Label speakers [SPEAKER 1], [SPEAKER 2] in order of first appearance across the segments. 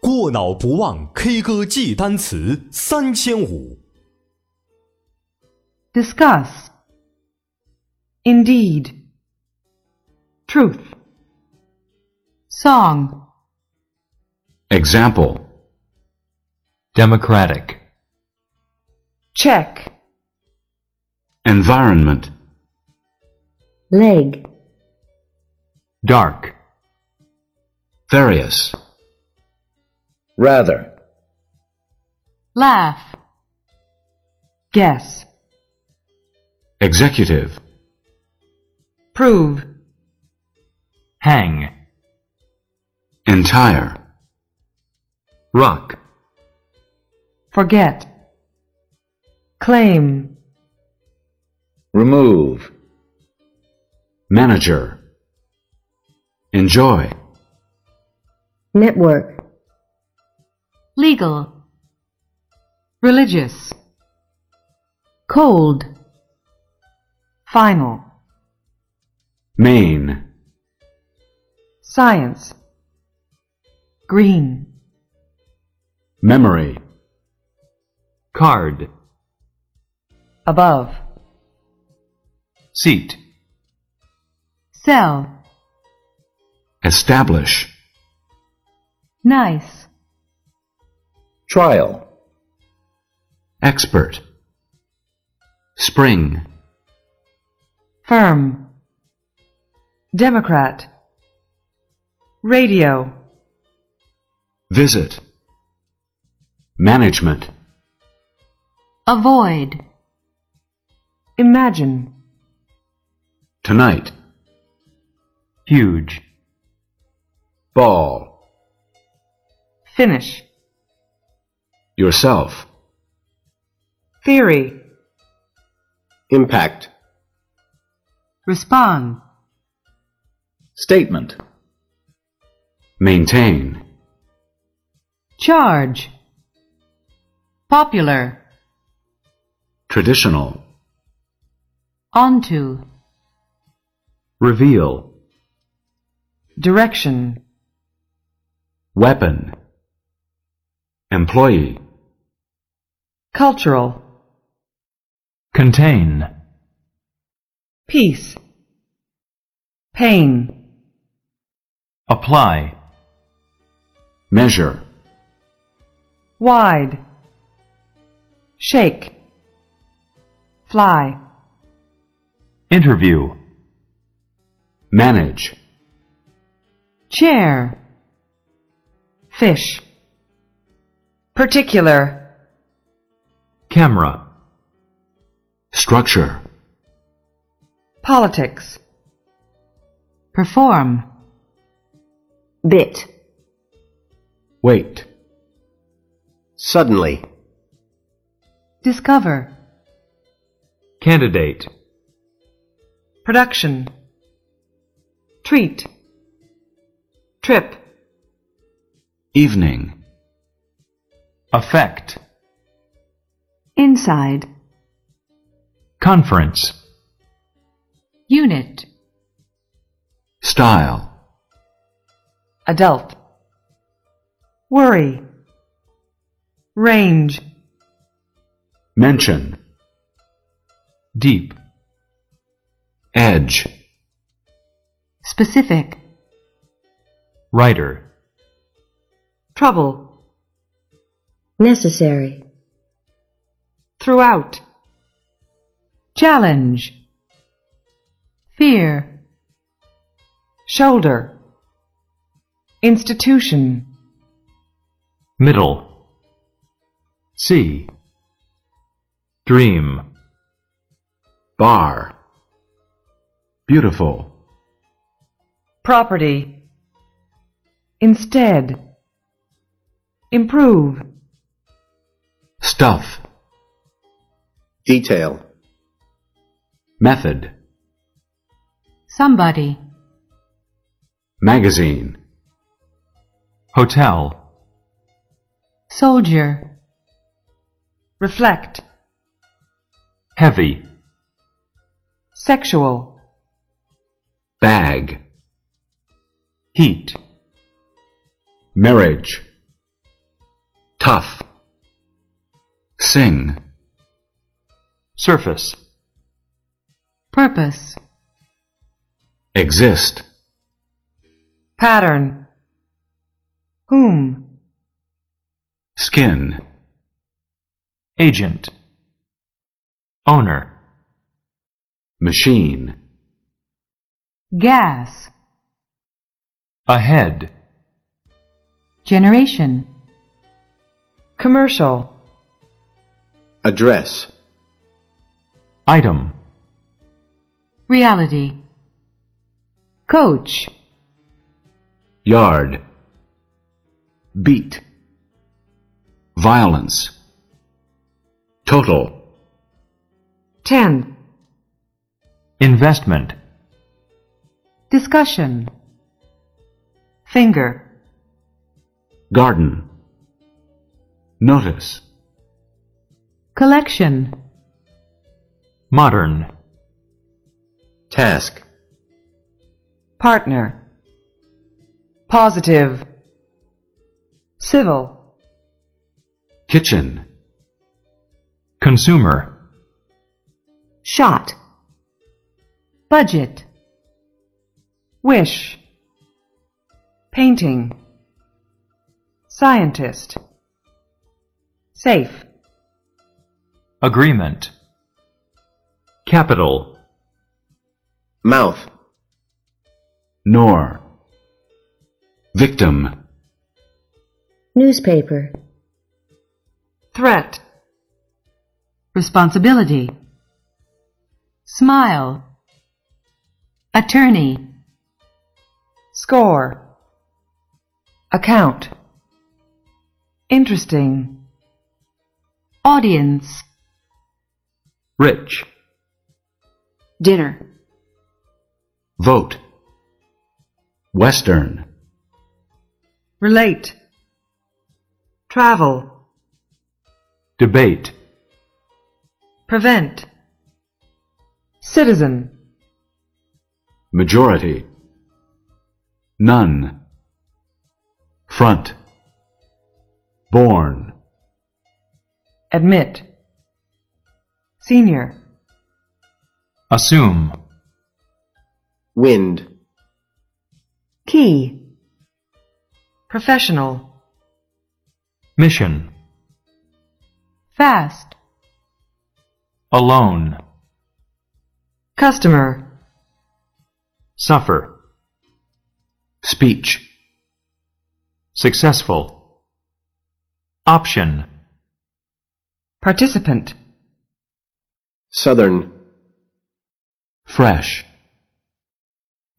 [SPEAKER 1] 过脑不忘 K 歌记单词三千五。
[SPEAKER 2] discuss, indeed, truth, song,
[SPEAKER 3] Example Democratic
[SPEAKER 2] check,
[SPEAKER 3] Environment
[SPEAKER 2] leg,
[SPEAKER 3] Dark Various
[SPEAKER 4] rather,
[SPEAKER 2] laugh, guess,
[SPEAKER 3] Executive
[SPEAKER 2] prove,
[SPEAKER 5] hang,
[SPEAKER 3] Entire Rock
[SPEAKER 2] forget, claim,
[SPEAKER 4] remove,
[SPEAKER 3] Manager Enjoy
[SPEAKER 2] network, legal, religious, cold, final,
[SPEAKER 3] Main
[SPEAKER 2] science, green,
[SPEAKER 3] Memory Card
[SPEAKER 2] above.
[SPEAKER 3] Seat
[SPEAKER 2] Sell.
[SPEAKER 3] Establish
[SPEAKER 2] Nice.
[SPEAKER 4] trial,
[SPEAKER 3] Expert Spring
[SPEAKER 2] Firm. Democrat. Radio.
[SPEAKER 3] Visit Management
[SPEAKER 2] Avoid. Imagine.
[SPEAKER 3] Tonight
[SPEAKER 5] huge,
[SPEAKER 3] Ball
[SPEAKER 2] Finish.
[SPEAKER 3] Yourself
[SPEAKER 2] Theory.
[SPEAKER 4] impact,
[SPEAKER 2] Respond.
[SPEAKER 4] statement,
[SPEAKER 3] Maintain
[SPEAKER 2] Charge. Popular.
[SPEAKER 3] Traditional
[SPEAKER 2] Onto.
[SPEAKER 3] Reveal.
[SPEAKER 2] Direction.
[SPEAKER 3] Weapon. Employee.
[SPEAKER 2] Cultural.
[SPEAKER 5] contain,
[SPEAKER 2] Peace. Pain.
[SPEAKER 5] apply,
[SPEAKER 3] Measure.
[SPEAKER 2] Wide. Shake. Fly.
[SPEAKER 5] interview,
[SPEAKER 3] Manage.
[SPEAKER 2] Chair. Fish. Particular.
[SPEAKER 5] camera,
[SPEAKER 3] Structure.
[SPEAKER 2] Politics. Perform. Bit.
[SPEAKER 3] Wait.
[SPEAKER 4] suddenly,
[SPEAKER 2] Discover.
[SPEAKER 5] candidate,
[SPEAKER 2] Production. Treat. Trip.
[SPEAKER 3] Evening.
[SPEAKER 5] affect,
[SPEAKER 2] Inside.
[SPEAKER 5] conference,
[SPEAKER 2] Unit.
[SPEAKER 3] Style.
[SPEAKER 2] Adult. Worry. Range.
[SPEAKER 3] Mention.
[SPEAKER 5] deep,
[SPEAKER 3] Edge.
[SPEAKER 2] Specific.
[SPEAKER 5] writer,
[SPEAKER 2] Trouble. Necessary. Throughout. Challenge. Fear. Shoulder. Institution.
[SPEAKER 5] middle, see, dream,
[SPEAKER 3] Bar. Beautiful.
[SPEAKER 2] Property. Instead. Improve.
[SPEAKER 3] Stuff.
[SPEAKER 4] detail,
[SPEAKER 3] Method.
[SPEAKER 2] Somebody.
[SPEAKER 3] Magazine.
[SPEAKER 5] hotel,
[SPEAKER 2] Soldier. Reflect.
[SPEAKER 5] heavy,
[SPEAKER 2] Sexual.
[SPEAKER 3] Bag.
[SPEAKER 5] heat,
[SPEAKER 3] Marriage. tough, sing,
[SPEAKER 5] surface,
[SPEAKER 2] purpose,
[SPEAKER 3] exist,
[SPEAKER 2] pattern, whom,
[SPEAKER 3] skin,
[SPEAKER 5] agent, owner,
[SPEAKER 3] machine,
[SPEAKER 2] gas,
[SPEAKER 5] ahead,
[SPEAKER 2] generation, commercial,
[SPEAKER 4] address,
[SPEAKER 5] item,
[SPEAKER 2] reality, coach,
[SPEAKER 3] yard, beat, violence, total,
[SPEAKER 2] ten,
[SPEAKER 5] investment,
[SPEAKER 2] discussion, finger,
[SPEAKER 3] garden, notice,
[SPEAKER 2] collection,
[SPEAKER 5] modern,
[SPEAKER 4] task,
[SPEAKER 2] partner, positive, civil,
[SPEAKER 3] kitchen,
[SPEAKER 5] consumer,
[SPEAKER 2] shot, budget, wish, painting, scientist, safe,
[SPEAKER 5] agreement, capital,
[SPEAKER 4] mouth,
[SPEAKER 3] nor, victim,
[SPEAKER 6] newspaper,
[SPEAKER 2] threat, responsibility, smile,
[SPEAKER 6] attorney,
[SPEAKER 2] score, account, interesting,
[SPEAKER 6] audience,
[SPEAKER 5] rich,
[SPEAKER 6] dinner,
[SPEAKER 3] vote, western,
[SPEAKER 2] relate, travel,
[SPEAKER 5] debate,
[SPEAKER 2] prevent, citizen,
[SPEAKER 3] majority, none, front, born,
[SPEAKER 2] admit, senior,
[SPEAKER 5] assume,
[SPEAKER 4] wind,
[SPEAKER 2] key, professional,
[SPEAKER 5] mission,
[SPEAKER 2] fast,
[SPEAKER 5] alone,
[SPEAKER 2] customer,
[SPEAKER 5] suffer,
[SPEAKER 3] speech,
[SPEAKER 5] successful, option,
[SPEAKER 2] participant,
[SPEAKER 4] southern,
[SPEAKER 3] fresh,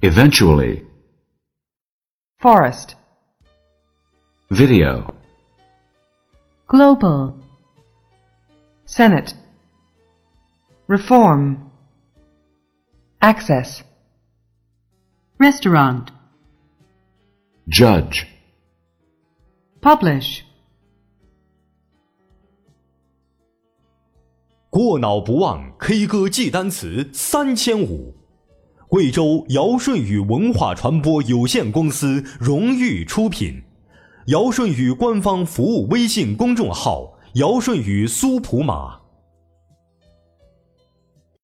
[SPEAKER 3] eventually,
[SPEAKER 2] forest,
[SPEAKER 3] video,
[SPEAKER 6] global,
[SPEAKER 2] senate, reform, access,
[SPEAKER 6] restaurant,
[SPEAKER 3] judge,
[SPEAKER 2] publish,
[SPEAKER 1] 过脑不忘 K 歌记单词三千五，贵州尧舜禹文化传播有限公司荣誉出品，尧舜禹官方服务微信公众号：尧舜禹苏普码。